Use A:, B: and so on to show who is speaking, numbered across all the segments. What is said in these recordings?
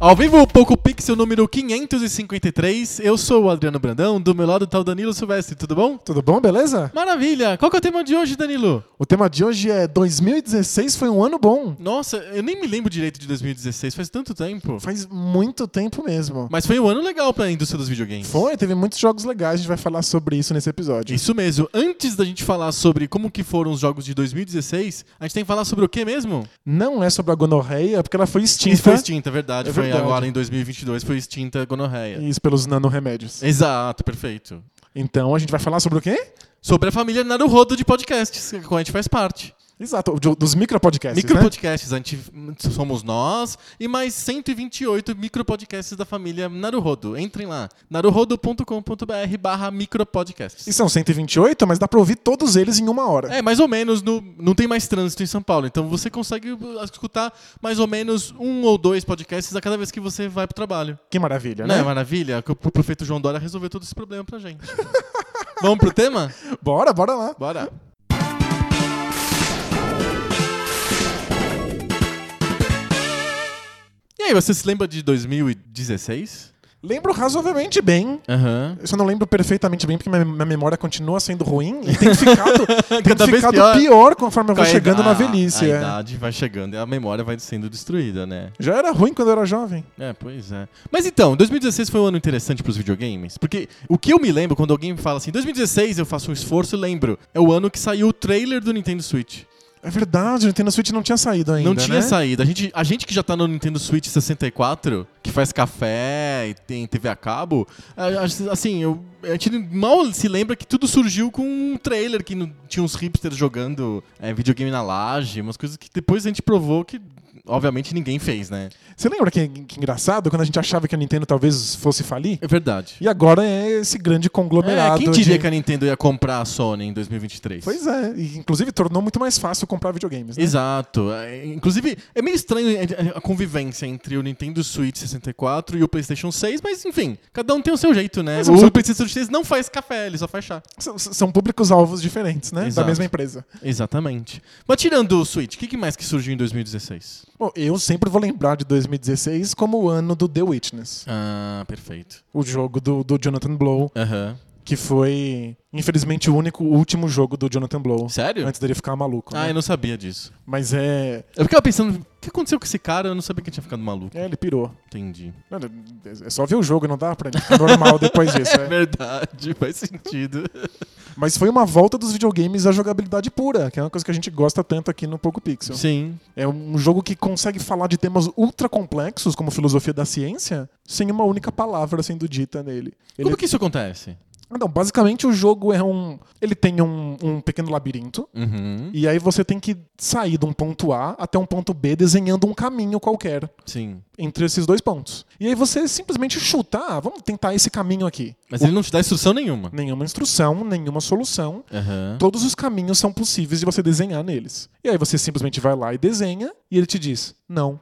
A: Ao vivo, Poco Pixel número 553. Eu sou o Adriano Brandão, do meu lado tá o Danilo Silvestre, tudo bom?
B: Tudo bom, beleza?
A: Maravilha! Qual que é o tema de hoje, Danilo?
B: O tema de hoje é 2016 foi um ano bom.
A: Nossa, eu nem me lembro direito de 2016, faz tanto tempo.
B: Faz muito tempo mesmo.
A: Mas foi um ano legal pra indústria dos videogames.
B: Foi, teve muitos jogos legais, a gente vai falar sobre isso nesse episódio.
A: Isso mesmo. Antes da gente falar sobre como que foram os jogos de 2016, a gente tem que falar sobre o que mesmo?
B: Não é sobre a gonorreia, porque ela foi extinta.
A: Foi extinta, é verdade.
B: É
A: foi
B: verdade.
A: agora em 2022, foi extinta a gonorreia.
B: Isso pelos
A: É.
B: nanoremédios.
A: Exato, perfeito.
B: Então a gente vai falar sobre o quê?
A: Sobre a família Naruhodo de podcasts, que a gente faz parte.
B: Exato, de- dos micropodcasts, né?
A: Micropodcasts, a gente somos nós e mais 128 micropodcasts da família Naruhodo. Entrem lá, naruhodo.com.br barra
B: E
A: micropodcasts.
B: são 128, mas dá pra ouvir todos eles em uma hora.
A: É, mais ou menos, no- não tem mais trânsito em São Paulo, então você consegue uh, escutar mais ou menos um ou dois podcasts a cada vez que você vai pro trabalho.
B: Que maravilha,
A: Não é
B: né?
A: maravilha? Que O prefeito João Dória resolveu todo esse problema pra gente. Vamos pro tema?
B: Bora, bora lá.
A: Bora. E aí, você se lembra de 2016?
B: Lembro razoavelmente bem.
A: Aham.
B: Eu só não lembro perfeitamente bem, porque minha, minha memória continua sendo ruim e tem ficado, tem
A: Cada vez
B: ficado
A: pior.
B: pior. conforme eu vou chegando na velhice.
A: A
B: é.
A: é idade vai chegando e a memória vai sendo destruída, né?
B: Já era ruim quando eu era jovem.
A: É, pois é. Mas então, 2016 foi um ano interessante pros videogames, porque o que eu me lembro quando alguém me fala assim, 2016 eu faço um esforço e lembro, é o ano que saiu o trailer do Nintendo Switch.
B: É verdade, o Nintendo Switch não tinha saído ainda.
A: Não tinha
B: né?
A: saído. A gente, a gente que já tá no Nintendo Switch 64, que faz café e tem TV a cabo, a- a- assim, eu, a gente mal se lembra que tudo surgiu com um trailer que não- tinha uns hipsters jogando é, videogame na laje, umas coisas que depois a gente provou que, obviamente, ninguém fez, né?
B: Você lembra que, que engraçado quando a gente achava que a Nintendo talvez fosse falir?
A: É verdade.
B: E agora é esse grande conglomerado.
A: É, quem diria
B: de...
A: que a Nintendo ia comprar a Sony em 2023?
B: Pois é, e inclusive tornou muito mais fácil comprar videogames. Né?
A: Exato. É, Inclusive, é meio estranho a- a convivência entre o Nintendo Switch 64 e o PlayStation 6, mas enfim, cada um tem o seu jeito, né?
B: Mas
A: o
B: o seu-
A: PlayStation 6 não faz café, ele só faz chá.
B: S- s- São públicos-alvos diferentes, né?
A: Exato.
B: Da mesma empresa.
A: Exatamente. Mas tirando o Switch, o que, que mais que surgiu em 2016?
B: Bom, eu sempre vou lembrar de 2016 como o ano do The Witness.
A: Ah, perfeito.
B: O jogo do, do Jonathan Blow,
A: Aham.
B: que foi, infelizmente, o único, último jogo do Jonathan Blow.
A: Sério?
B: Antes dele ficar maluco.
A: Ah,
B: né?
A: eu não sabia disso.
B: Mas é...
A: Eu ficava pensando, o que aconteceu com esse cara? Eu não sabia que ele tinha ficado maluco.
B: é. Ele pirou.
A: Entendi.
B: Mano, é só ver o jogo, não dá pra ele ficar normal depois disso.
A: É
B: é.
A: verdade, faz sentido.
B: Mas foi uma volta dos videogames à jogabilidade pura, que é uma coisa que a gente gosta tanto aqui no Poco Pixel.
A: Então, Sim.
B: É um jogo que consegue falar de temas ultra complexos, como filosofia da ciência, sem uma única palavra sendo dita nele. Ele...
A: Como que isso acontece?
B: Ah, Não, basicamente o jogo é um. Ele tem um, um pequeno labirinto.
A: Uhum.
B: E aí você tem que sair de um ponto A até um ponto B desenhando um caminho qualquer
A: Sim.
B: entre esses dois pontos. E aí você simplesmente chuta, ah, vamos tentar esse caminho aqui.
A: Mas ele não te dá instrução nenhuma.
B: Nenhuma instrução, nenhuma solução.
A: Aham.
B: Todos os caminhos são possíveis de você desenhar neles. E aí você simplesmente vai lá e desenha, e ele te diz: Não,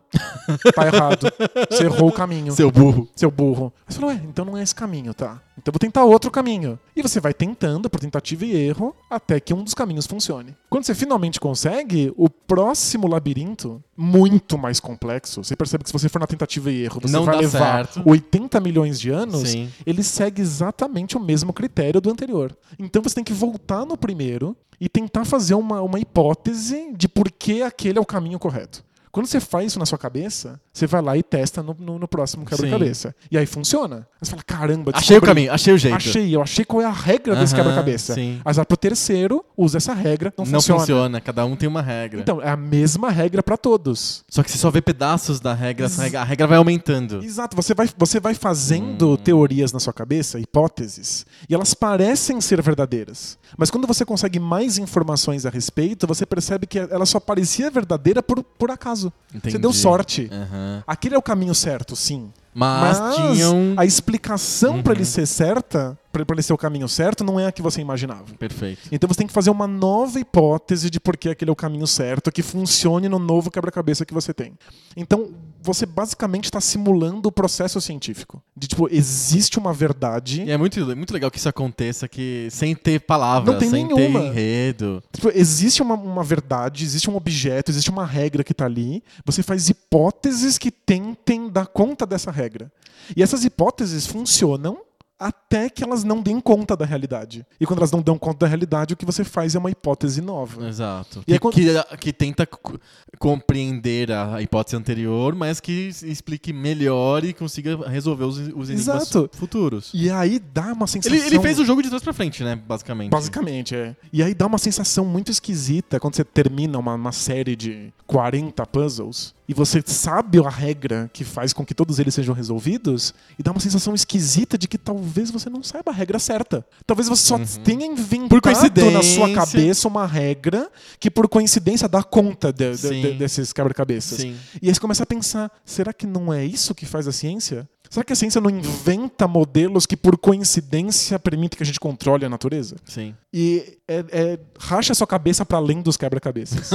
B: tá errado. Você errou o caminho.
A: Seu burro.
B: Seu burro. Aí você fala, ué, então não é esse caminho, tá? Então eu vou tentar outro caminho. E você vai tentando, por tentativa e erro, até que um dos caminhos funcione. Quando você finalmente consegue, o próximo labirinto, muito mais complexo, você percebe que se você for na tentativa e erro, você
A: Não
B: vai
A: dá
B: levar
A: certo.
B: 80 milhões de anos,
A: Sim.
B: ele segue exatamente o mesmo critério do anterior. Então você tem que voltar no primeiro e tentar fazer uma, uma hipótese de por que aquele é o caminho correto. Quando você faz isso na sua cabeça, você vai lá e testa no, no- no próximo quebra-cabeça. E aí funciona. Aí você fala, caramba,
A: Achei o
B: descobri.
A: caminho, achei o jeito.
B: Achei, eu achei qual é a regra desse
A: Aham,
B: quebra-cabeça.
A: sim.
B: Mas vai pro terceiro, usa essa regra, não,
A: Não, funciona.
B: funciona.
A: cada um tem uma regra.
B: Então, é a mesma regra pra todos.
A: Só que você só vê pedaços da regra, essa regra- a regra vai aumentando.
B: Exato, você vai, você vai fazendo teorias na sua cabeça, hipóteses, e elas parecem ser verdadeiras. Mas quando você consegue mais informações a respeito, você percebe que ela só parecia verdadeira por, por acaso.
A: Entendi.
B: Você deu sorte. é
A: Aham.
B: Aquele é o caminho certo, sim.
A: Mas, tinham.
B: a explicação pra ele ser certa pra pra ele ser o caminho certo não é a que você imaginava.
A: Perfeito.
B: Então você tem que fazer uma nova hipótese de por que aquele é o caminho certo, que funcione no novo quebra-cabeça que você tem. Então, você basicamente está simulando o processo científico. De tipo, existe uma verdade.
A: E é muito, muito legal que isso aconteça que sem ter palavras,
B: Não tem
A: sem
B: nenhuma.
A: ter enredo.
B: Tipo, existe uma, uma verdade, existe um objeto, existe uma regra que está ali. Você faz hipóteses que tentem dar conta dessa regra. E essas hipóteses funcionam até que elas não deem conta da realidade. E quando elas não dão conta da realidade, o que você faz é uma hipótese nova.
A: Exato.
B: E aí
A: que,
B: quando-
A: que, que tenta co- compreender a, a hipótese anterior, mas que s- explique melhor e consiga resolver os, os enigmas
B: Exato.
A: futuros.
B: E aí dá uma sensação.
A: Ele, ele fez o jogo de trás pra frente, né? Basicamente.
B: Basicamente, é. E aí dá uma sensação muito esquisita quando você termina uma, uma série de 40 puzzles e você sabe a regra que faz com que todos eles sejam resolvidos, e dá uma sensação esquisita de que talvez você não saiba a regra certa. Talvez você só tenha inventado na sua
A: Uhum. coincidência.
B: cabeça uma regra que por coincidência dá conta de- de-
A: Sim.
B: de- desses quebra-cabeças.
A: Sim.
B: E aí você começa a pensar: será que não é isso que faz a ciência? Será que a ciência não inventa modelos que, por coincidência, permitem que a gente controle a natureza?
A: Sim.
B: E é, é, racha sua cabeça para além dos quebra-cabeças.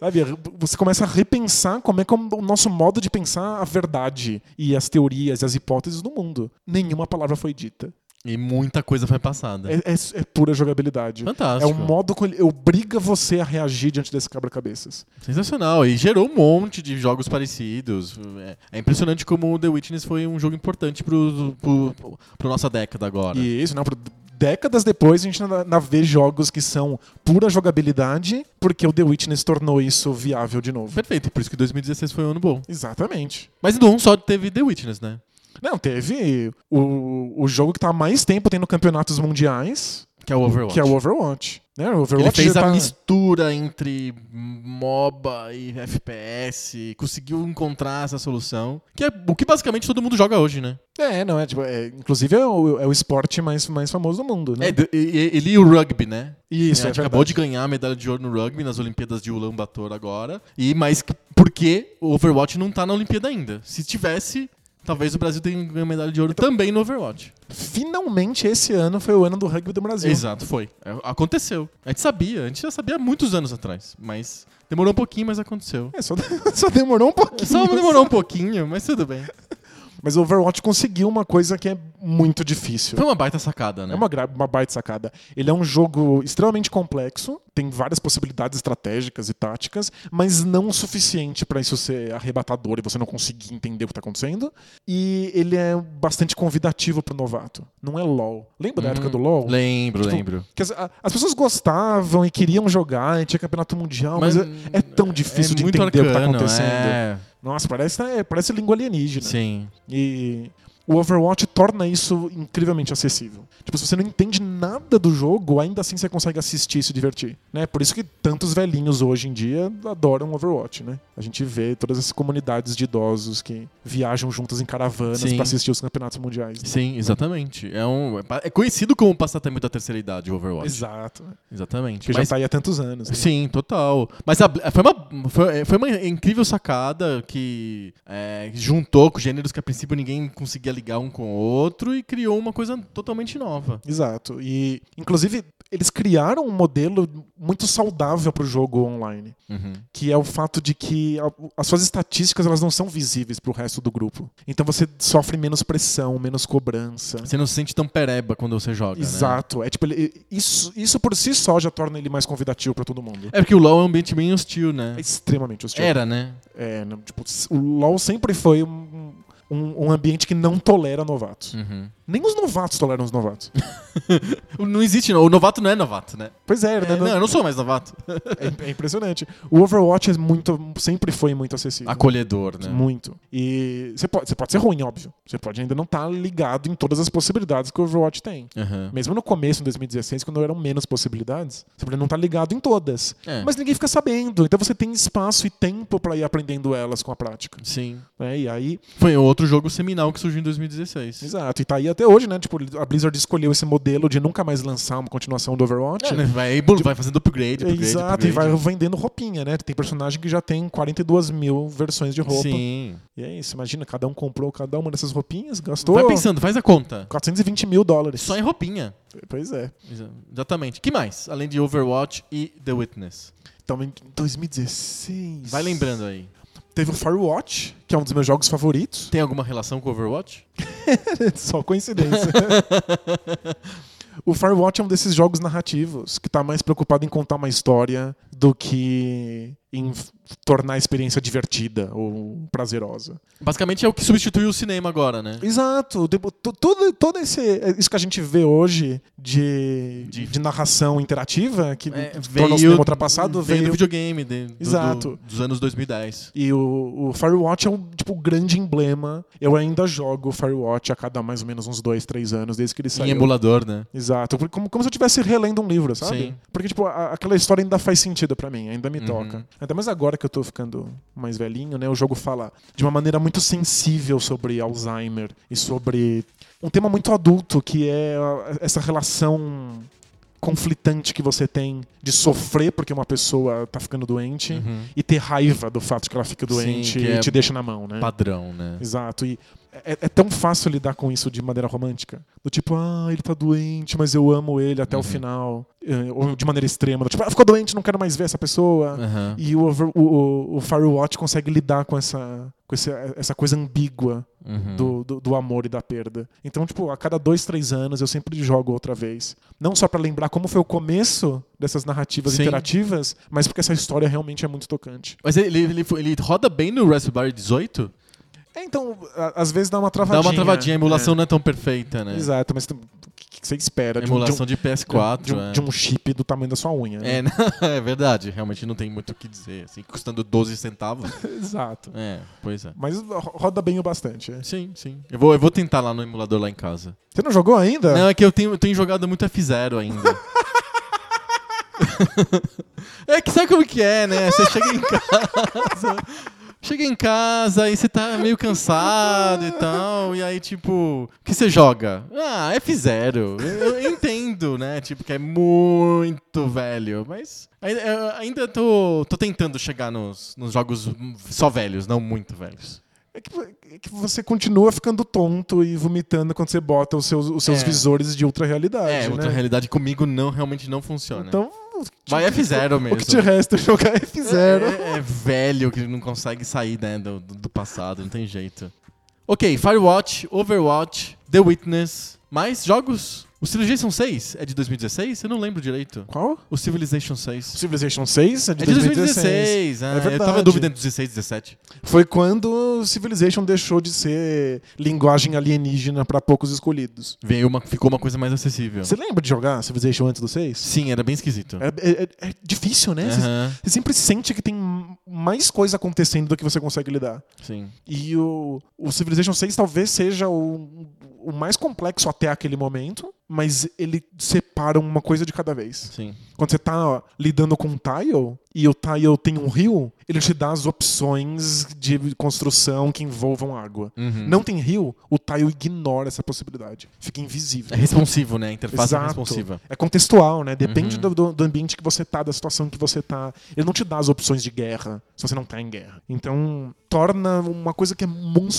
B: Sabe? é, Você começa a repensar como é que é o nosso modo de pensar a verdade e as teorias e as hipóteses do mundo. Nenhuma palavra foi dita.
A: E muita coisa foi passada.
B: É, é- é pura jogabilidade.
A: Fantástico.
B: É um modo que ele obriga você a reagir diante desse quebra-cabeças.
A: Sensacional. E gerou um monte de jogos parecidos. É, é impressionante como o The Witness foi um jogo importante pro, pro, pro, pro nossa década agora.
B: E isso, não, por décadas depois a gente ainda ainda vê jogos que são pura jogabilidade porque o The Witness tornou isso viável de novo.
A: Perfeito. Por isso que 2016 foi um ano bom.
B: Exatamente.
A: Mas do um só teve The Witness, né?
B: Não, teve o, o jogo que tá há mais tempo tendo campeonatos mundiais,
A: Que é o Overwatch.
B: que é o Overwatch. Né? O Overwatch
A: Ele fez
B: já
A: a
B: tá-
A: mistura entre MOBA e FPS, conseguiu encontrar essa solução, que é o que basicamente todo mundo joga hoje, né?
B: É, não, é tipo, é, inclusive é o, é o esporte mais, mais famoso do mundo, né?
A: É, de- e- e- ele e o rugby, né?
B: Isso,
A: É,
B: é,
A: acabou
B: verdade.
A: de ganhar a medalha de ouro no rugby nas Olimpíadas de Ulan Bator agora. E mas que- por que o Overwatch não tá na Olimpíada ainda? Se tivesse, talvez o Brasil tenha ganho a medalha de ouro
B: Então,
A: também no Overwatch.
B: Finalmente esse ano foi o ano do rugby do Brasil.
A: Exato, foi. É, Aconteceu. A gente sabia, a gente já sabia há muitos anos atrás, mas demorou um pouquinho, mas aconteceu.
B: É, só, só demorou um pouquinho.
A: Só demorou um pouquinho, mas tudo bem.
B: Mas o Overwatch conseguiu uma coisa que é muito difícil.
A: Foi uma baita sacada, né?
B: É uma, gra- uma baita sacada. Ele é um jogo extremamente complexo, tem várias possibilidades estratégicas e táticas, mas não o suficiente para isso ser arrebatador e você não conseguir entender o que tá acontecendo. E ele é bastante convidativo pro novato. Não é LOL. Lembra da
A: Hum,
B: época do LOL?
A: Lembro,
B: Tipo,
A: lembro.
B: Que as, a- as pessoas gostavam e queriam jogar, e tinha campeonato mundial, mas, é, é tão difícil de entender o que tá acontecendo.
A: É,
B: Nossa, parece, é, parece língua alienígena.
A: sim.
B: E o Overwatch torna isso incrivelmente acessível. Tipo, se você não entende nada do jogo, ainda assim você consegue assistir e se divertir. Né? Por isso que tantos velhinhos hoje em dia adoram Overwatch, né? A gente vê todas essas comunidades de idosos que viajam juntas em caravanas
A: Sim.
B: pra assistir os campeonatos mundiais. né?
A: Sim, exatamente. É, um, é pa- é conhecido como o passatempo da terceira idade, o Overwatch.
B: Exato. né?
A: Exatamente.
B: Que já
A: Mas-
B: tá aí há tantos anos. né?
A: Sim, total. Mas a- foi, uma, foi, foi uma incrível sacada que é, juntou com gêneros que a princípio ninguém conseguia ligar um com o outro e criou uma coisa totalmente nova.
B: Exato. E, inclusive, eles criaram um modelo muito saudável pro jogo online. que é o fato de que a- as suas estatísticas elas não são visíveis pro resto do grupo. Então você sofre menos pressão, menos cobrança.
A: Você não se sente tão pereba quando você joga, né?
B: Exato. É tipo ele- isso, isso por si só já torna ele mais convidativo pra todo mundo.
A: É porque o LoL é um ambiente bem hostil, né?
B: É extremamente hostil.
A: Era, né?
B: É, não, tipo, o LoL sempre foi um, um- um ambiente que não tolera novatos.
A: Uhum.
B: Nem os novatos toleram os novatos.
A: Não existe, não. O novato não é novato, né?
B: Pois é,
A: É,
B: né?
A: não, eu não sou mais novato.
B: É imp- é impressionante. O Overwatch é muito, sempre foi muito acessível.
A: Acolhedor, né?
B: Muito. E você pode, você pode ser ruim, óbvio. Você pode ainda não estar ligado em todas as possibilidades que o Overwatch tem.
A: Aham.
B: Mesmo no começo, em 2016, quando eram menos possibilidades, você pode não estar ligado em todas.
A: É.
B: Mas ninguém fica sabendo. Então você tem espaço e tempo para ir aprendendo elas com a prática.
A: Sim.
B: né? E aí,
A: Foi outro jogo seminal que surgiu em 2016.
B: exato. E tá aí há até hoje, né? Tipo, a Blizzard escolheu esse modelo de nunca mais lançar uma continuação do Overwatch. É,
A: É, né? vai, bom, vai fazendo upgrade, upgrade,
B: Exato,
A: upgrade.
B: e vai vendendo roupinha, né? Tem personagem que já tem 42 mil versões de roupa.
A: Sim.
B: E é isso, imagina, cada um comprou cada uma dessas roupinhas, gastou
A: Vai pensando, faz a conta.
B: 420 mil dólares.
A: Só em roupinha.
B: Pois é.
A: Exa- Exatamente. que mais? Além de Overwatch e The Witness.
B: Então, em 2016.
A: Vai lembrando aí.
B: Teve o Firewatch, que é um dos meus jogos favoritos.
A: Tem alguma relação com Overwatch?
B: Só coincidência. o Firewatch é um desses jogos narrativos que tá mais preocupado em contar uma história do que em f- tornar a experiência divertida ou prazerosa.
A: Basicamente é o que substituiu o cinema agora, né?
B: Exato. tipo, tu- Tudo, todo esse, é, isso que a gente vê hoje de,
A: De-
B: de, narração interativa, que
A: É,
B: torna o cinema ultrapassado,
A: veio do
B: veio
A: videogame de- do- do-
B: Exato.
A: dos anos 2010.
B: E o, o Firewatch é um tipo grande emblema. Eu ainda jogo o Firewatch a cada mais ou menos uns dois, três anos, desde que ele
A: Em
B: saiu.
A: emulador, né?
B: Exato. Porque Como, como se eu estivesse relendo um livro, sabe?
A: Sim.
B: Porque, tipo, a- aquela história ainda faz sentido pra mim, ainda me
A: Uhum.
B: toca. Ainda mais agora que eu tô ficando mais velhinho, né? O jogo fala de uma maneira muito sensível sobre Alzheimer e sobre um tema muito adulto, que é a- essa relação conflitante que você tem de sofrer porque uma pessoa tá ficando doente
A: Uhum.
B: e ter raiva do fato de que ela fica
A: Sim,
B: doente
A: que
B: e
A: é
B: te deixa na mão, né?
A: Padrão, né?
B: Exato. E é, é tão fácil lidar com isso de maneira romântica. Do tipo, ah, ele tá doente, mas eu amo ele até
A: Uhum.
B: o final. É, Ou de maneira extrema, do tipo, ah, ficou doente, não quero mais ver essa pessoa.
A: Aham.
B: E o, Over- o, o, o Firewatch consegue lidar com essa, com esse- essa coisa ambígua
A: Uhum.
B: do, do, do amor e da perda. Então, tipo, a cada dois, três anos eu sempre jogo outra vez. Não só pra lembrar como foi o começo dessas narrativas
A: Sim.
B: interativas, mas porque essa história realmente é muito tocante.
A: Mas ele, ele, ele roda bem no Raspberry 18?
B: É, então, a- às vezes dá uma
A: Dá
B: travadinha.
A: uma travadinha, a emulação
B: É.
A: não é tão perfeita, né?
B: Exato, mas tu- o que que você espera de um, de, um,
A: Emulação de PS4.
B: de um-
A: é.
B: de um chip do tamanho da sua unha? né?
A: É, não, é verdade, realmente não tem muito o que dizer. Assim, custando 12 centavos.
B: Exato.
A: é, pois é.
B: Mas ro- roda bem o bastante. é.
A: Sim, sim. Eu vou, eu vou tentar lá no emulador lá em casa.
B: Você não jogou ainda?
A: Não, é que eu tenho, eu tenho jogado muito F0 ainda. é que sabe como que é, né? Você chega em casa. Chega em casa e você tá meio cansado e tal, e aí, tipo, o que você joga? Ah, F0. Eu, eu entendo, né? Tipo, que é muito velho, mas ai- eu ainda tô, tô tentando chegar nos, nos jogos só velhos, não muito velhos.
B: É, que, vo- é que você continua ficando tonto e vomitando quando você bota os seus, os seus
A: É.
B: visores de ultra realidade.
A: É,
B: né?
A: outra realidade comigo não realmente não funciona.
B: Então,
A: Vai F0 mesmo.
B: o que te resta é jogar F0.
A: É, é velho que não consegue sair né, do, do- do passado, não tem jeito. Ok, Firewatch, Overwatch, The Witness, mais jogos? O Civilization 6 é de 2016? Eu não lembro direito.
B: Qual?
A: O Civilization
B: O
A: 6.
B: Civilization 6 é de,
A: É de 2016,
B: É
A: ah, eu tava em
B: verdade.
A: dúvida entre 16 e 17.
B: Foi quando o Civilization deixou de ser linguagem alienígena pra poucos escolhidos.
A: Veio uma, ficou uma coisa mais acessível.
B: Você lembra de jogar Civilization antes do 6?
A: Sim, era bem esquisito.
B: É, é- é- é difícil, né? Você-
A: Aham,
B: Você sempre sente que tem m- mais coisa acontecendo do que você consegue lidar.
A: sim.
B: E o, o Civilization 6 talvez seja o, o mais complexo até aquele momento, mas ele separa uma coisa de cada vez.
A: Sim.
B: Quando você tá ó, lidando com um tile, e o tile tem um rio, ele te dá as opções de construção que envolvam água.
A: Uhum.
B: Não tem rio, o tile ignora essa possibilidade. Fica invisível.
A: É responsivo, né? A interface é
B: Exato.
A: responsiva.
B: É contextual, né? Depende
A: Uhum.
B: do- do, do ambiente que você tá, da situação que você tá. Ele não te dá as opções de guerra se você não tá em guerra. Então, torna uma coisa que é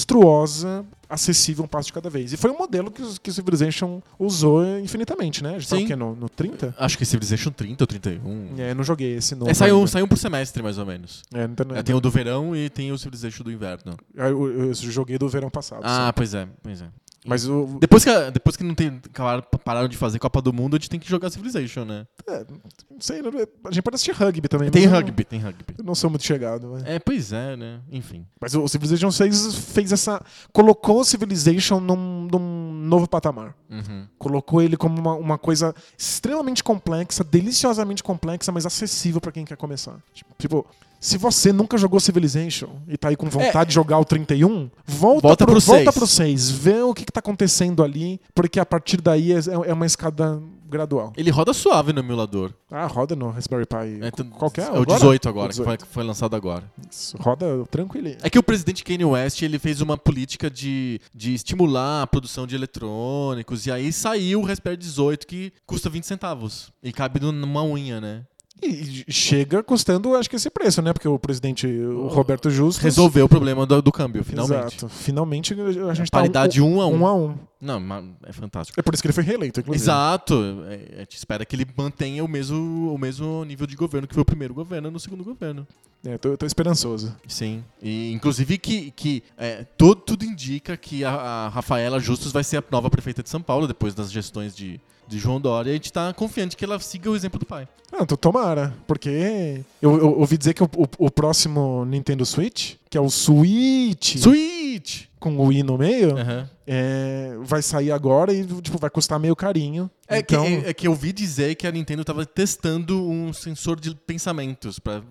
B: monstruosa acessível um passo de cada vez. E foi um modelo que, o- que o Civilization usou infinitamente, né? A gente tá
A: Sim.
B: o quê? No, no 30?
A: Acho que Civilization 30 ou 31.
B: É, não joguei esse novo.
A: É, sai, um,
B: ainda.
A: sai um por semestre, mais ou menos.
B: É, não, não,
A: É, tem o do verão e tem o Civilization do inverno.
B: eu, eu joguei do verão passado.
A: Ah,
B: só.
A: pois é, pois é.
B: Mas o.
A: Depois que, a- depois que não tem, acabaram- pararam de fazer Copa do Mundo, a gente tem que jogar Civilization, né?
B: é, não sei, não- a gente pode assistir rugby também.
A: Tem
B: mas eu não-
A: rugby, tem rugby.
B: Eu não sou muito chegado, né?
A: É, pois é, né? Enfim.
B: Mas o Civilization 6 fez essa. colocou o Civilization num, num novo patamar.
A: Uhum.
B: Colocou ele como uma, uma coisa extremamente complexa, deliciosamente complexa, mas acessível pra quem quer começar. Tipo, se você nunca jogou Civilization e tá aí com
A: É.
B: vontade de jogar o 31, volta,
A: Volta pro
B: volta
A: seis.
B: pro 6. Vê o que, que tá acontecendo ali, porque a partir daí é, é uma escada gradual.
A: Ele roda suave no emulador.
B: Ah, roda no Raspberry Pi.
A: É, então,
B: qualquer
A: é o 18 agora, que foi-
B: 18.
A: que foi lançado agora.
B: Isso, roda tranquilo.
A: É que o presidente Kanye West ele fez uma política de, de estimular a produção de eletrônicos e aí saiu o Raspberry 18 que custa 20 centavos e cabe numa unha, né?
B: E- E chega custando, acho que esse preço, né? Porque o presidente o Roberto Justus...
A: Resolveu o problema do, do câmbio, finalmente.
B: Exato. Finalmente a gente tá
A: Paridade 1 um, a
B: um,
A: 1. Um.
B: um a um.
A: Não, ma- é fantástico.
B: É por isso que ele foi reeleito, inclusive.
A: Exato. É, A gente espera que ele mantenha o mesmo, o mesmo nível de governo que foi o primeiro governo no segundo governo.
B: É, tô, tô esperançoso.
A: Sim. E, inclusive que, que é, tudo, tudo indica que a, a Rafaela Justus vai ser a nova prefeita de São Paulo depois das gestões de, de João Dória. E a gente tá confiante que ela siga o exemplo do pai.
B: Ah, tô, tomara, porque eu, eu ouvi dizer que o, o- o próximo Nintendo Switch, que é o Switch
A: Switch!
B: com o i no meio,
A: Aham.
B: é, vai sair agora e tipo, vai custar meio carinho.
A: É,
B: então,
A: que, é, é que eu ouvi dizer que a Nintendo tava testando um sensor de pensamentos pra.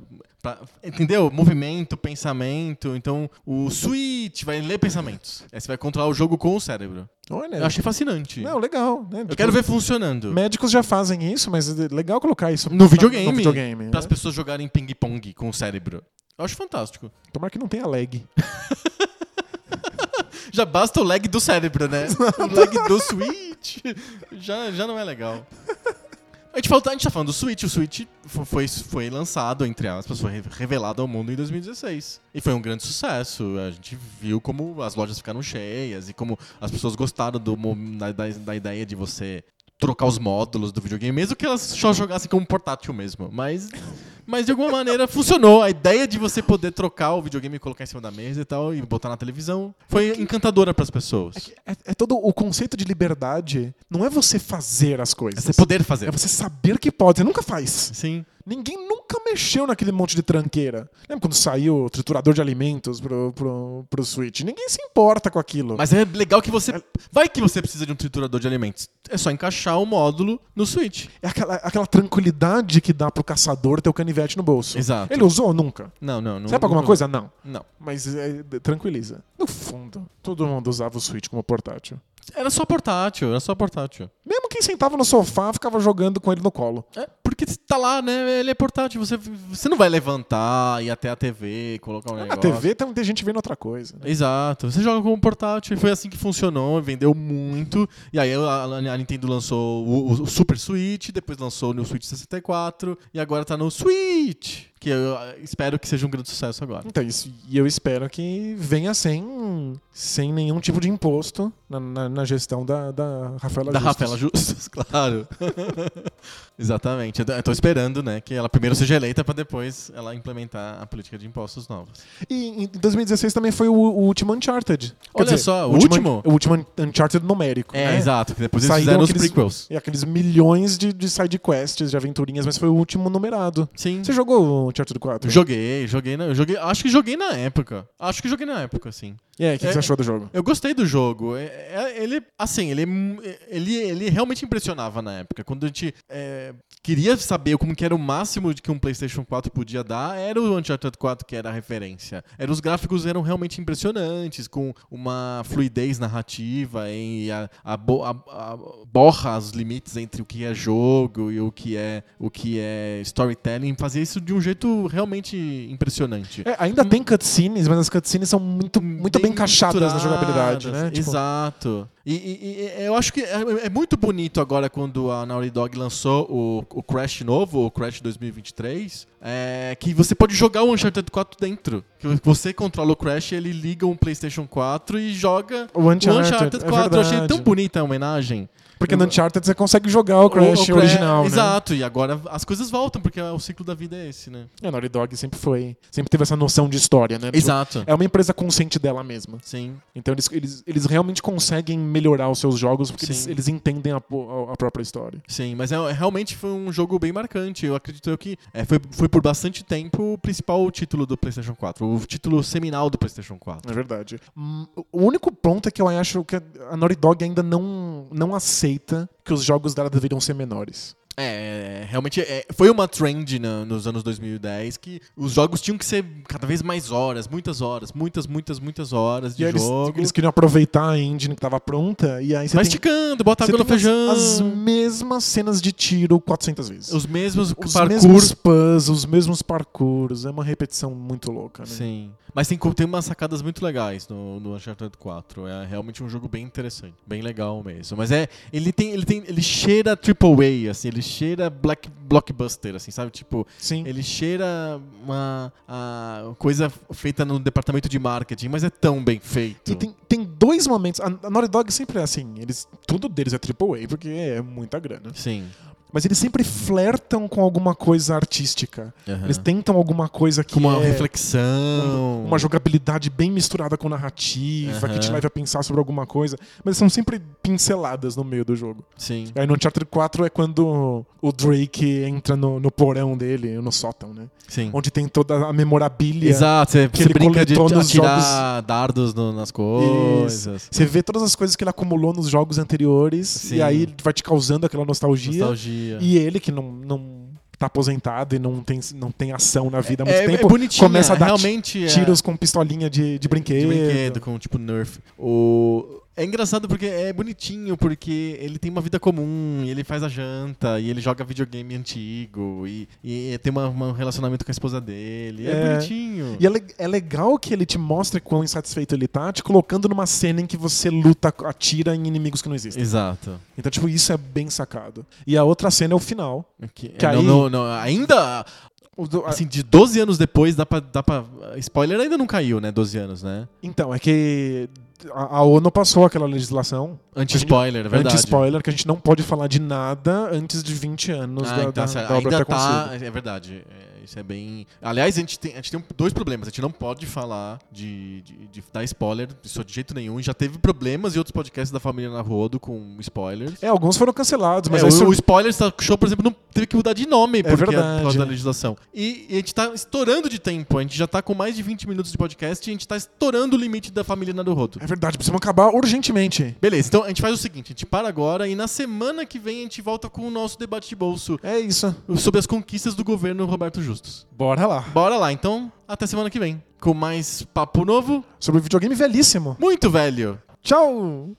A: pra- entendeu? Movimento, pensamento. Então o Switch vai ler pensamentos. Aí você vai controlar o jogo com o cérebro.
B: olha,
A: Eu achei fascinante.
B: É. não, legal. Né?
A: eu quero ver funcionando.
B: Médicos já fazem isso, mas é legal colocar isso
A: No videogame.
B: No videogame
A: Para as
B: né?
A: pessoas jogarem ping-pong com o cérebro. Eu acho fantástico.
B: Tomara que não tenha lag.
A: Já basta o lag do cérebro, né? o lag do Switch já, já não é legal. A gente, falta, a gente tá falando do Switch. O Switch fo- foi, foi lançado, entre aspas, foi re- revelado ao mundo em 2016. E foi um grande sucesso. A gente viu como as lojas ficaram cheias e como as pessoas gostaram do, mo- da, da, da ideia de você trocar os módulos do videogame, mesmo que elas só jogassem como portátil mesmo. Mas, mas de alguma maneira funcionou. A ideia de você poder trocar o videogame e colocar em cima da mesa e tal, e botar na televisão, foi encantadora pras pessoas.
B: É, que- é- é todo o conceito de liberdade. Não é você fazer as
A: É
B: coisas.
A: você poder
B: É
A: fazer.
B: você saber que pode. Você nunca faz.
A: Sim.
B: Ninguém nunca mexeu naquele monte de tranqueira. Lembra quando saiu o triturador de alimentos pro, pro, pro Switch? Ninguém se importa com aquilo.
A: Mas é legal que você. Vai que você precisa de um triturador de alimentos. É só encaixar o módulo no Switch.
B: É aquela, aquela tranquilidade que dá pro caçador ter o canivete no bolso.
A: Exato.
B: Ele usou? Nunca.
A: Não, não, não.
B: Sabe pra alguma
A: não-
B: coisa? Não.
A: Não.
B: Mas é, d- tranquiliza. No fundo, todo mundo usava o Switch como portátil.
A: Era só portátil, era só portátil.
B: Mesmo quem sentava no sofá ficava jogando com ele no colo.
A: É, porque tá lá, né? Ele é portátil. Você, você não vai levantar, ir até a TV, colocar um
B: Na
A: negócio.
B: TV tá- tem, tem gente vendo outra coisa. né?
A: Exato. Você joga como portátil. E foi assim que funcionou. Vendeu muito. E aí a, a- a Nintendo lançou o, o- o Super Switch, depois lançou no Switch 64. E agora tá no Switch. Que eu ah, espero que seja um grande sucesso agora.
B: Então, isso, e eu espero que venha sem, sem nenhum tipo de imposto na, na- na gestão da, da Rafaela
A: da
B: Justus.
A: Rafaela Justus, claro. Exatamente. Eu tô- Eu tô esperando, né, que ela primeiro seja eleita pra depois ela implementar a política de impostos novos.
B: E em 2016 também foi o, o último Uncharted. Quer
A: Olha
B: dizer,
A: só, o último?
B: O último Uncharted numérico.
A: É,
B: né?
A: exato. Que depois eles
B: Saíram
A: fizeram
B: aqueles-
A: os prequels.
B: E aqueles milhões de, de side quests, de aventurinhas, mas foi o último numerado.
A: Sim.
B: Você jogou o Uncharted 4?
A: Joguei, joguei, na, eu joguei. Acho que joguei na época. Acho que joguei na época, sim.
B: E aí, o que, que
A: É.
B: você achou do jogo?
A: Eu gostei do jogo. É- é- Ele, assim, ele, ele, ele realmente impressionava na época. Quando a gente é, queria saber como que era o máximo de que um PlayStation 4 podia dar, era o Uncharted 4 que era a referência. Era, os gráficos eram realmente impressionantes, com uma fluidez narrativa e a, a, bo- a- a- borra os limites entre o que é jogo e o que é o que é storytelling. Fazia isso de um jeito realmente impressionante
B: É, ainda tem cutscenes, mas as cutscenes são muito, muito bem encaixadas na
A: estruturadas,
B: jogabilidade, né? Tipo,
A: Exato. E, e- e- eu acho que é, é muito bonito agora quando a Naughty Dog lançou o, o Crash novo, o Crash 2023, é, que você pode jogar o Uncharted 4 dentro. Que você controla o Crash, ele liga um PlayStation 4 e joga
B: O
A: o
B: Uncharted,
A: Uncharted
B: é
A: 4. eu achei
B: verdade.
A: tão bonita a homenagem.
B: Porque no Uncharted você consegue jogar o Crash original, né?
A: Exato, e agora as coisas voltam, porque o ciclo da vida é esse, né?
B: É, a Naughty Dog sempre foi. Sempre teve essa noção de história, né? Tipo,
A: Exato.
B: É uma empresa consciente dela mesma.
A: Sim.
B: Então eles, eles, eles realmente conseguem melhorar os seus jogos porque eles,
A: Sim.
B: eles entendem a, po- a- a própria história.
A: Sim, mas é- realmente foi um jogo bem marcante. Eu acredito que é, foi, foi por bastante tempo o principal título do PlayStation 4, o título seminal do PlayStation 4.
B: É verdade. Hum, O único ponto é que eu acho que a Naughty Dog ainda não, não aceita que os jogos dela deveriam ser menores.
A: É, realmente é, foi uma trend na- nos anos 2010 que os jogos tinham que ser cada vez mais horas, muitas horas, muitas, muitas, muitas horas de
B: E aí eles,
A: jogo.
B: eles queriam aproveitar a engine que tava pronta, e aí você
A: Vai
B: tem,
A: esticando, bota
B: você
A: água no
B: tem as-
A: tá feijão.
B: as mesmas cenas de tiro 400 vezes.
A: Os mesmos
B: Os
A: parkour.
B: mesmos puzzles, os mesmos parkours, é uma repetição muito louca, né?
A: Sim. Mas tem, co- tem umas sacadas muito legais no, no Uncharted 4. É realmente um jogo bem interessante. Bem legal mesmo. Mas é. Ele tem. Ele tem. Ele cheira AAA, assim, ele cheira black, blockbuster, assim, sabe? Tipo,
B: Sim.
A: ele cheira uma a coisa feita no departamento de marketing, mas é tão bem feito.
B: E tem, tem dois momentos. A, a Naughty Dog sempre é assim, eles, tudo deles é AAA, porque é muita grana.
A: Sim.
B: Mas eles sempre flertam com alguma coisa artística.
A: Aham.
B: Eles tentam alguma coisa que
A: Com uma
B: é um-
A: reflexão.
B: uma jogabilidade bem misturada com narrativa, que te
A: Aham.
B: leve a pensar sobre alguma coisa. Mas são sempre pinceladas no meio do jogo.
A: Sim.
B: Aí no Uncharted 4 é quando o Drake entra no, no porão dele, no sótão, né?
A: Sim.
B: Onde tem toda a memorabilia.
A: Exato, você,
B: que
A: você
B: ele
A: brinca de
B: coletou
A: atirar
B: nos
A: dardos no- nas
B: Isso.
A: coisas.
B: Você vê todas as coisas que ele acumulou nos jogos anteriores
A: Sim.
B: e aí vai te causando aquela nostalgia.
A: Nostalgia.
B: E ele que não, não tá aposentado e não tem, não tem ação na vida há muito
A: é,
B: tempo,
A: é bonitinho,
B: começa a dar
A: realmente é-
B: tiros com pistolinha de, de brinquedo.
A: de brinquedo, com tipo Nerf. O... É engraçado porque é bonitinho, porque ele tem uma vida comum, e ele faz a janta, e ele joga videogame antigo, e, e tem uma- uma- um relacionamento com a esposa dele. É,
B: É.
A: bonitinho.
B: E é, le- é legal que ele te mostre quão insatisfeito ele tá, te colocando numa cena em que você luta, atira em inimigos que não existem.
A: Exato.
B: Então, tipo, isso é bem sacado. E a outra cena é o final.
A: Que,
B: Que
A: é, não-
B: aí-
A: não- não, ainda,
B: O do- a-
A: assim, de 12 anos depois, dá pra, dá pra. Spoiler ainda não caiu, né? 12 anos, né?
B: Então, é que a, a ONU passou aquela legislação
A: Anti-spoiler, é verdade.
B: anti-spoiler que a gente não pode falar de nada antes de 20 anos
A: Ah,
B: da,
A: então,
B: da,
A: assim,
B: da obra
A: ainda
B: ter
A: tá,
B: acontecido.
A: é verdade. é, isso é bem. Aliás, a gente tem, a gente tem um- dois problemas. A gente não pode falar de, de, de dar spoiler, isso de jeito nenhum. Já teve problemas em outros podcasts da família Narrodo com spoilers.
B: É, alguns foram cancelados, mas
A: É,
B: aí
A: o,
B: sur-
A: o spoiler Star Show, por exemplo, não teve que mudar de nome porque
B: verdade,
A: por causa da
B: é.
A: legislação. E, e a gente tá estourando de tempo. A gente já tá com mais de 20 minutos de podcast e a gente tá estourando o limite da família Narrodo.
B: É verdade, precisamos acabar urgentemente.
A: Beleza, então a gente faz o seguinte: a gente para agora e na semana que vem a gente volta com o nosso debate de bolso
B: É isso.
A: sobre as conquistas do governo Roberto Justus.
B: Bora lá.
A: Bora lá, então, até semana que vem. Com mais papo novo,
B: Sobre o videogame velhíssimo.
A: muito velho.
B: Tchau!